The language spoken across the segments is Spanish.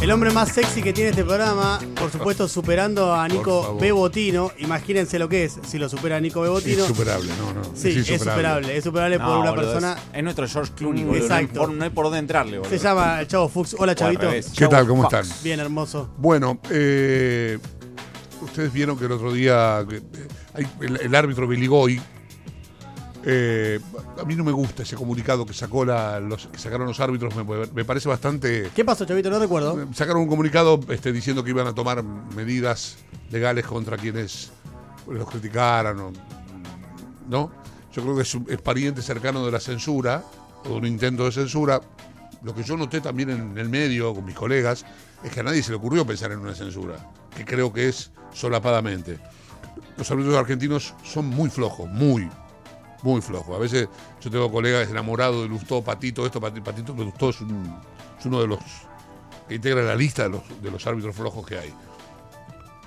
El hombre más sexy que tiene este programa, por supuesto, superando a Nico favor. Bebotino. Imagínense lo que es si lo supera a Nico Bebotino. Insuperable, no, no. Sí, es superable. es superable No, por una boludo, es- persona. Mm, Es, nuestro George Clooney, boludo. Exacto. No, hay por, no hay por dónde entrarle, boludo. Se llama el Chavo Fuchs. Hola, O al Chavito. revés. ¿Qué tal? ¿Cómo Fox. están? Bien, hermoso. Bueno, eh, ustedes vieron que el otro día que, eh, hay- el, el árbitro Beligoy. eh, a mí no me gusta ese comunicado que sacó la- los que sacaron los árbitros. Me, me parece bastante. ¿Qué pasó, Chavito? No recuerdo. Sacaron un comunicado este, diciendo que iban a tomar medidas legales contra quienes los criticaran, o- ¿no? Yo creo que es, un- es pariente cercano de la censura, o de un intento de censura. Lo que yo noté también en el medio, con mis colegas, es que a nadie se le ocurrió pensar en una censura, que creo que es solapadamente. Los árbitros argentinos son muy flojos, muy, muy flojo. A veces yo tengo colegas enamorados de Lustó, Patito, esto, Pati- Patito, Lustó es, un- es uno de los que integra la lista de los, de los árbitros flojos que hay.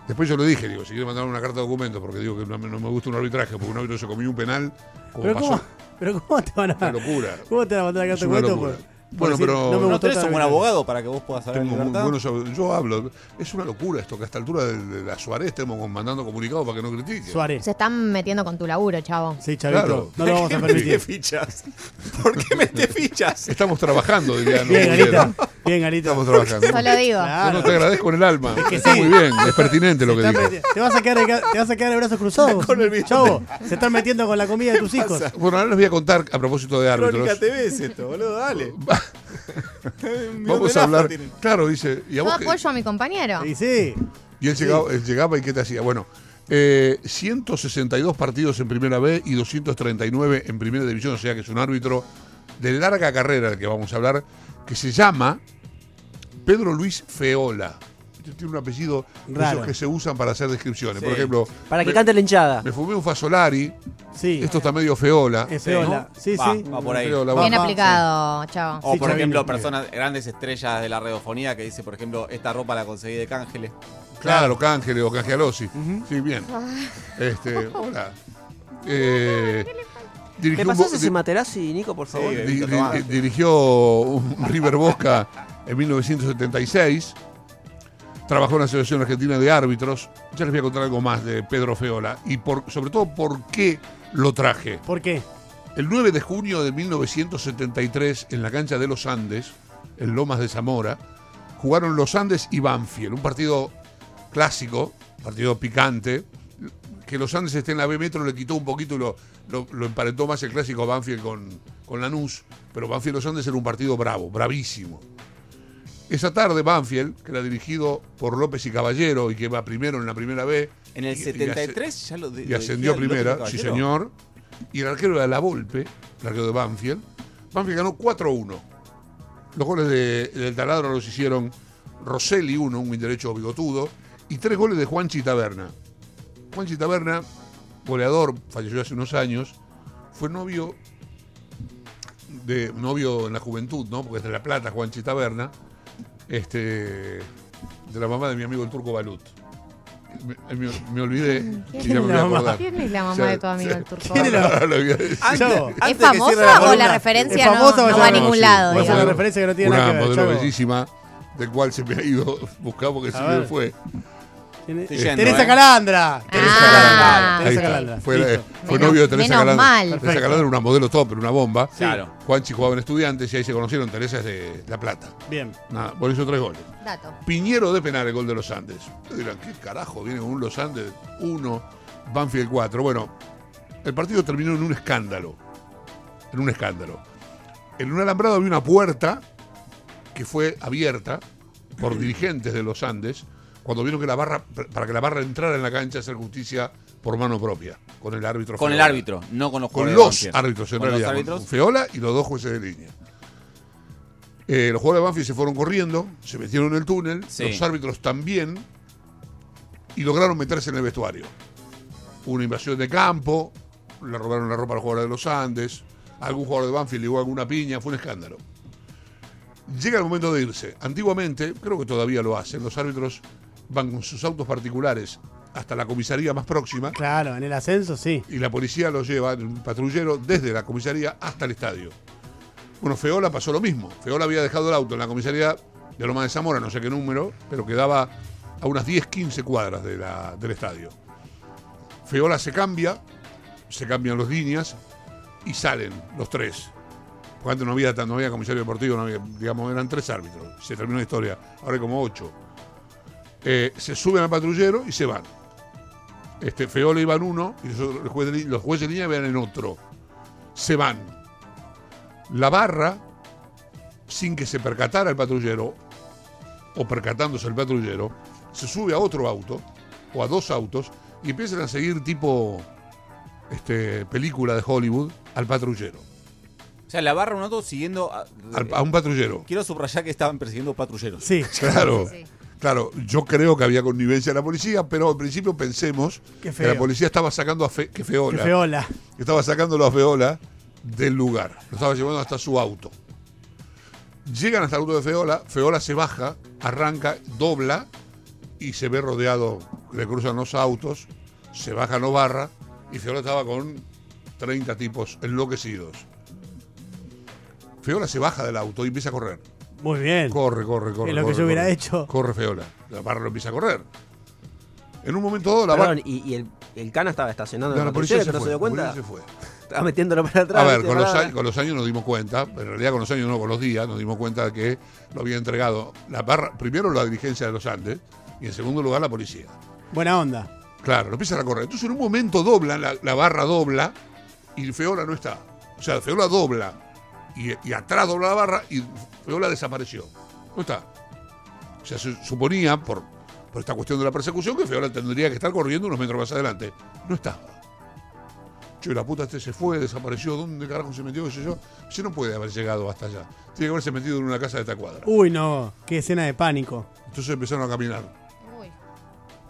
Después yo lo dije, digo, si quiere mandar una carta de documento, porque digo que no, me- no me gusta un arbitraje, porque un árbitro se comió un penal, como Pero pasó. ¿cómo, pero ¿cómo te van a. Una locura. ¿Cómo te van a mandar a Es carta una cuento? locura. por- por Bueno, decir, pero- No me No ¿No gustó tenés esta un buen arbitraje? abogado para que vos puedas hablar en Tengo muy libertad? buenos ab- Yo hablo, es una locura esto, que a esta altura de, de la Suárez estemos con- mandando comunicados para que no critiquen. Suárez. Se están metiendo con tu laburo, chavo. Sí, Chavito. Claro. No lo vamos a ¿Por qué metés permitir. fichas? ¿Por qué metés fichas? Estamos trabajando, dirían. los Bien, bolineros. Galita. Bien, Galita. Estamos trabajando. Solo digo. No, no, te agradezco en el alma. que Está sí. muy bien, es pertinente lo que Está dijo. meti- Te vas a quedar, de ca- te vas a quedar de brazos cruzados. Con el bigote. Chavo, se están metiendo con la comida de tus hijos. Bueno, ahora les voy a contar a propósito de árbitros. Crónica TV es esto, boludo, dale. Vamos a hablar. Claro, dice. ¿Y, a Yo Ah, vos qué? pues apoyo a mi compañero. Y sí, Y él, llegaba, él eh, llegaba y qué te hacía. Bueno, eh, 162 partidos en Primera B y 239 en Primera División, o sea que es un árbitro de larga carrera del que vamos a hablar, que se llama Pedro Luis Feola. Este Tiene un apellido de Raro. esos que se usan para hacer descripciones. Por Sí. ejemplo, Para que me, cante la hinchada. me fumé un Fasolari. sí. Esto está medio Feola. es feola. Sí, Va, sí. va por ahí. Feola, Bien bueno. Papá, aplicado, chavo. O Sí, por Chavino. ejemplo, personas, grandes estrellas de la radiofonía que dice, por ejemplo, esta ropa la conseguí de Cángeles. Claro, Cángel o Cangealosi. Sí, bien. Este, hola. Eh, dirigió ¿Me un pasás bo- ese materazzi, Nico, por favor? Sí. di- di- Víctor Tomás? dirigió un River Boca en 1976. Trabajó en la Asociación Argentina de Árbitros. Ya les voy a contar algo más de Pedro Feola y por, sobre todo por qué lo traje. ¿Por qué? El 9 de junio de 1973, en la cancha de los Andes, en Lomas de Zamora, jugaron los Andes y Banfield, un partido clásico, partido picante. Que los Andes esté en la B Metro le quitó un poquito y lo, lo- lo emparentó más el clásico Banfield con, con Lanús, pero Banfield los Andes era un partido bravo, bravísimo. Esa tarde Banfield, que era dirigido por López y Caballero y que va primero en la primera B. En el y- y hace- 73 ya lo y ascendió a primera, sí señor. Y el arquero era La Volpe, el arquero de Banfield. Banfield ganó 4-1. Los goles de- del taladro los hicieron Rosselli 1, un derecho bigotudo, y tres goles de Juanchi Taberna. Juanchi Taberna, goleador, falleció hace unos años, fue novio de novio en la juventud, ¿no? Porque es de La Plata, Juanchi Taberna, este, de la mamá de mi amigo el turco Balut. Me, me- me olvidé y ¿Quién ya me es voy la a mamá? acordar. ¿Quién es la Ya- mamá de tu amigo el turco? ¿Quién es la- Ahora lo voy a decir. Antes, Chavo. antes ¿Es que cierre la famosa o la columna, referencia ¿Es no, famosa o es no va a famosa? ningún lado? Bueno, digamos? la referencia que no tiene una nada que ver, modelo Chavo. bellísima, del cual se me ha ido buscar porque se A me ver. fue. ¿Quién es? Estoy yendo, Teresa eh. Calandra. Teresa Ah, Ahí Teresa está. Calandra. Fue, Listo. eh, fue Menos- novio de Teresa menos Calandra. mal. Teresa Perfecto. Calandra era una modelo top, era una bomba. Claro. Juanchi jugaba en estudiantes y ahí se conocieron. Teresa es de La Plata. Bien. Nada, por eso tres goles. Dato. Piñero de penal, el gol de los Andes. Ustedes dirán, ¿qué carajo? Viene con un Los Andes 1, Banfield 4. Bueno, el partido terminó en un escándalo. En un escándalo. En un alambrado había una puerta que fue abierta por dirigentes de los Andes cuando vieron que la barra, para que la barra entrara en la cancha a hacer justicia por mano propia, con el árbitro. Con el Feola. árbitro, no con los Con jugadores de los Banfield. árbitros, en Con los realidad. con árbitros. Feola y los dos jueces de línea. Eh, los jugadores de Banfield se fueron corriendo, se metieron en el túnel, Sí. los árbitros también, y lograron meterse en el vestuario. Hubo Una invasión de campo, le robaron la ropa a los jugadores de los Andes, algún jugador de Banfield igual alguna piña, fue un escándalo. Llega el momento de irse. Antiguamente, creo que todavía lo hacen, los árbitros van con sus autos particulares hasta la comisaría más próxima Claro, en el ascenso sí. y la policía los lleva, un patrullero, desde la comisaría hasta el estadio. Bueno, Feola pasó lo mismo. Feola había dejado el auto en la comisaría de Loma de Zamora, no sé qué número, pero quedaba a unas 10, 15 cuadras de la- del estadio. Feola se cambia, se cambian los líneas y salen los tres. Porque antes no había, tan- no había comisario deportivo, no había- digamos, eran tres árbitros. Se terminó la historia, ahora hay como ocho. Eh, se suben al patrullero y se van. Este, Feola iba en uno y los, otros- los jueces, de li- los jueces de línea iban en otro. Se van. La barra, sin que se percatara el patrullero, o percatándose el patrullero, se sube a otro auto, o a dos autos, y empiezan a seguir tipo este, película de Hollywood al patrullero. O sea, la barra un auto siguiendo. A, al- a un patrullero. Quiero subrayar que estaban persiguiendo patrulleros. Sí, Claro. Sí, sí. Claro, yo creo que había connivencia de la policía, pero al principio pensemos Qué que la feo. policía estaba sacando a Fe- que qué Feola, feola. que estaba sacando a Feola del lugar. Lo estaba llevando hasta su auto. Llegan hasta el auto de Feola, Feola se baja, arranca, dobla y se ve rodeado, le cruzan los autos, se baja no barra y Feola estaba con 30 tipos enloquecidos. Feola se baja del auto y empieza a correr. Muy bien. Corre, corre, corre. Es lo que corre, yo hubiera corre. hecho. Corre Feola. La barra lo empieza a correr. En un momento dado, la barra. Perdón, y, y el, el Cana estaba estacionando No, en la el policía patrullero, se que no se fue. dio la cuenta. policía se fue. Estaba metiéndolo para atrás. "Ah, A ver, ¿viste? con los, Pará, años, con los años nos dimos cuenta, en realidad con los años no, con los días, nos dimos cuenta de que lo había entregado la barra, primero la dirigencia de los Andes y en segundo lugar la policía. Buena onda. Claro, lo empiezan a correr. Entonces en un momento dobla, la, la barra dobla y Feola no está. O sea, Feola dobla y, y atrás dobla la barra y Feola desapareció. No está. O sea, se suponía por, por esta cuestión de la persecución que Feola tendría que estar corriendo unos metros más adelante. No estaba. Che, la puta este se fue, desapareció, ¿dónde carajo se metió? Qué sé yo. Che, no puede haber llegado hasta allá. Tiene que haberse metido en una casa de esta cuadra. Uy, no, qué escena de pánico. Entonces empezaron a caminar. Uy,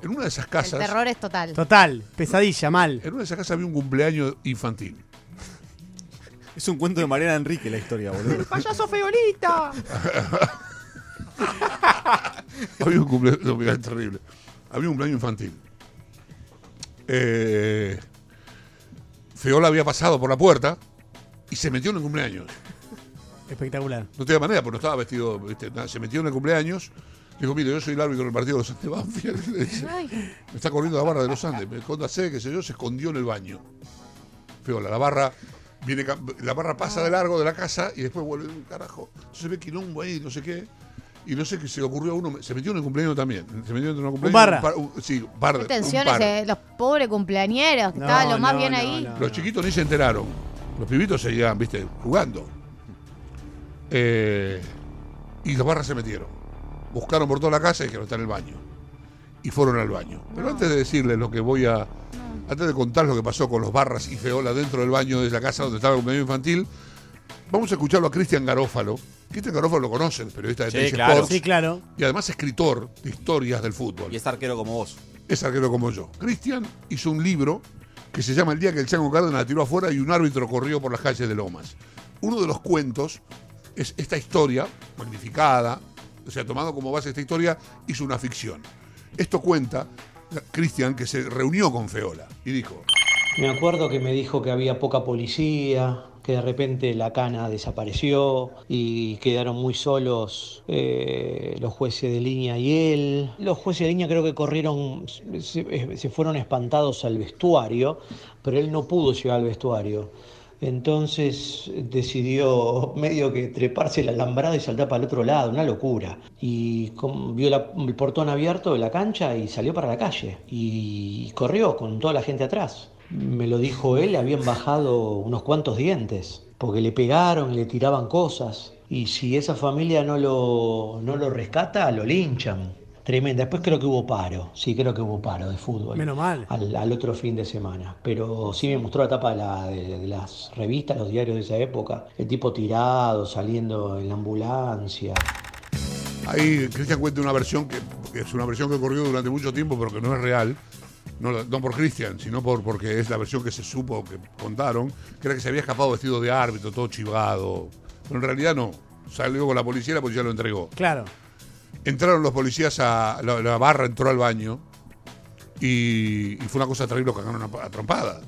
En una de esas el casas. terror es total. Total, pesadilla, mal. En una de esas casas había un cumpleaños infantil. Es un cuento de Mariana Enrique la historia, boludo. ¡Payaso feolita! Había un cumpleaños, no, mirá, es terrible. Había un cumpleaños infantil. Eh, Feola había pasado por la puerta y se metió en el cumpleaños. Espectacular. No tenía manera, porque no estaba vestido, ¿viste? Nada, se metió en el cumpleaños. Dijo, mire, yo soy el árbitro del partido de los Andes Banfield". Le dice, Ay, Me está corriendo la barra de los Andes. Me escóndase, qué sé yo, se escondió en el baño. Feola, la barra viene ca- la barra pasa de largo de la casa y después vuelve un carajo. Se ve quilombo ahí, no sé qué. Y no sé qué se le ocurrió a uno. Se metió en el cumpleaños también. Se metió en el cumpleaños. barra. par- un- sí, barra. qué un tensiones, par. eh, los pobres cumpleañeros, que No, estaban lo más no, bien no, ahí. no. Los chiquitos ni se enteraron. Los pibitos seguían, viste, jugando. Eh, y las barras se metieron. Buscaron por toda la casa y que no está en el baño. Y fueron al baño. Pero antes de decirles lo que voy a. Antes de contar lo que pasó con los barras y feola dentro del baño de la casa donde estaba el cumpleaños infantil, vamos a escucharlo a Cristian Garófalo. Cristian Garófalo lo conocen, periodista de Sí, Teis claro. Sports Sí, claro. y además escritor de historias del fútbol Y es arquero como vos. es arquero como yo. Cristian hizo un libro que se llama El día que el Chango Cárdenas la tiró afuera y un árbitro corrió por las calles de Lomas. Uno de los cuentos es esta historia, magnificada, o sea, tomado como base esta historia, hizo una ficción. Esto cuenta la- Cristian que se reunió con Feola y dijo, Me acuerdo que me dijo que había poca policía, que de repente la cana desapareció y quedaron muy solos eh, los jueces de línea y él. Los jueces de línea creo que corrieron, se, se fueron espantados al vestuario, pero él no pudo llegar al vestuario. Entonces decidió medio que treparse la alambrada y saltar para el otro lado, una locura. Y com- vio la- el portón abierto de la cancha y salió para la calle. Y corrió con toda la gente atrás. Me lo dijo él, le habían bajado unos cuantos dientes, porque le pegaron, le tiraban cosas. Y si esa familia no lo, no lo rescata, lo linchan. Tremenda. Después creo que hubo paro, sí, creo que hubo paro de fútbol Menos mal. al, al otro fin de semana. Pero sí me mostró la tapa de, la- de- de las revistas, los diarios de esa época. El tipo tirado, saliendo en la ambulancia. Ahí Cristian cuenta una versión que, que es una versión que ocurrió durante mucho tiempo, pero que no es real. No, la- no por Cristian, sino por, porque es la versión que se supo, que contaron, que era que se había escapado vestido de árbitro, todo chivado. Pero en realidad no. Salió con la policía y la policía lo entregó. Claro. Entraron los policías a. La, la barra entró al baño y, y fue una cosa terrible, lo cagaron a, a trompada.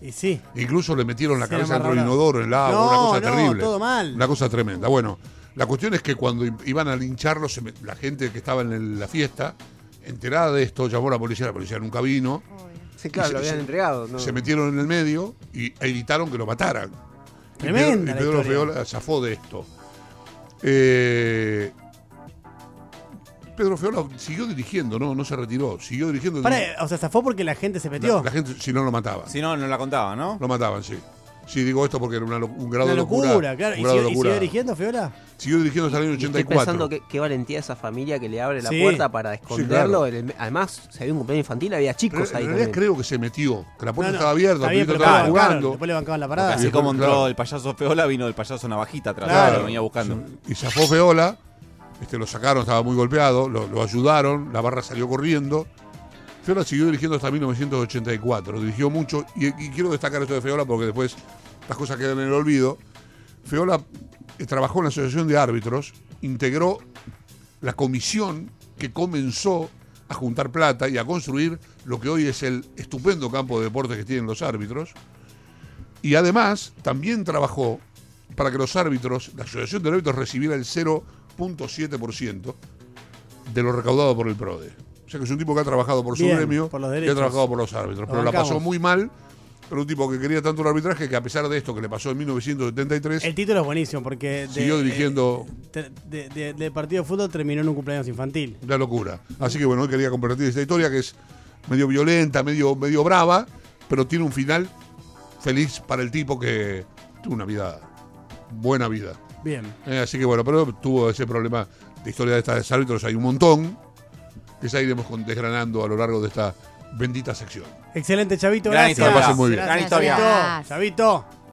Y sí. Incluso le metieron la Sí, era cabeza más dentro del raro. inodoro, en el agua, No, una cosa no, terrible. todo mal. Una cosa tremenda. Bueno, La cuestión es que cuando i- iban a lincharlo, se me- la gente que estaba en el- la fiesta, enterada de esto, llamó a la policía, la policía nunca vino, Sí, claro, se- lo habían se- entregado. Ah. ¿no? se metieron en el medio y evitaron que lo mataran. Y Pedro- Tremenda Y la Pedro historia. Feola zafó de esto. Eh, Pedro Feola siguió dirigiendo, no, no se retiró, siguió dirigiendo. Pará, o sea, zafó porque la gente se metió. la, la gente, si no, lo mataban. Ah. Si no, no la contaba, ¿no? Lo mataban, sí. Sí, digo esto porque era una lo- un grado Una de locura. locura, claro. un ¿Y, grado siguió, de y locura. siguió dirigiendo, Fiola? Siguió dirigiendo hasta el año Y Estoy 84. pensando qué, qué valentía esa familia que le abre la Sí. puerta para esconderlo. claro. en el me- Además, se había un cumpleaños infantil, había Pero chicos en ahí. realidad también. creo que se metió, que la puerta No, no, estaba abierta, está bien, el pero pelotito estaba claro, claro, jugando. después le bancaban la Porque parada. así como entró claro. el payaso Feola, vino el payaso Navajita atrás, Claro. que lo venía buscando. Y zafó Feola, este, lo sacaron, estaba muy golpeado, lo, lo ayudaron, la barra salió corriendo. Feola siguió dirigiendo hasta 1984, dirigió mucho, y, y quiero destacar esto de Feola porque después las cosas quedan en el olvido. Feola eh, trabajó en la Asociación de Árbitros, integró la comisión que comenzó a juntar plata y a construir lo que hoy es el estupendo campo de deportes que tienen los árbitros. Y además también trabajó para que los árbitros, la Asociación de Árbitros recibiera el 0.7% de lo recaudado por el PRODE. O sea que es un tipo que ha trabajado por su Bien, gremio por los y ha derechos. trabajado por los árbitros. Lo pero la bancamos. pasó muy mal. Pero un tipo que quería tanto el arbitraje que a pesar de esto que le pasó en 1973, El título es buenísimo porque. de- siguió eh, dirigiendo te- de- de- del partido de fútbol terminó en un cumpleaños infantil. la locura. Así que bueno, hoy quería compartir esta historia que es medio violenta, medio, medio brava, pero tiene un final feliz para el tipo que tuvo una vida, buena vida. Bien. Eh, así que bueno, pero tuvo ese problema de historia de estas árbitros, hay un montón, que ya iremos con- desgranando a lo largo de esta bendita sección. Excelente, Chavito. Gran Gracias. historia. La pasen muy bien. Gracias, Gran historia. Chavito. Chavito.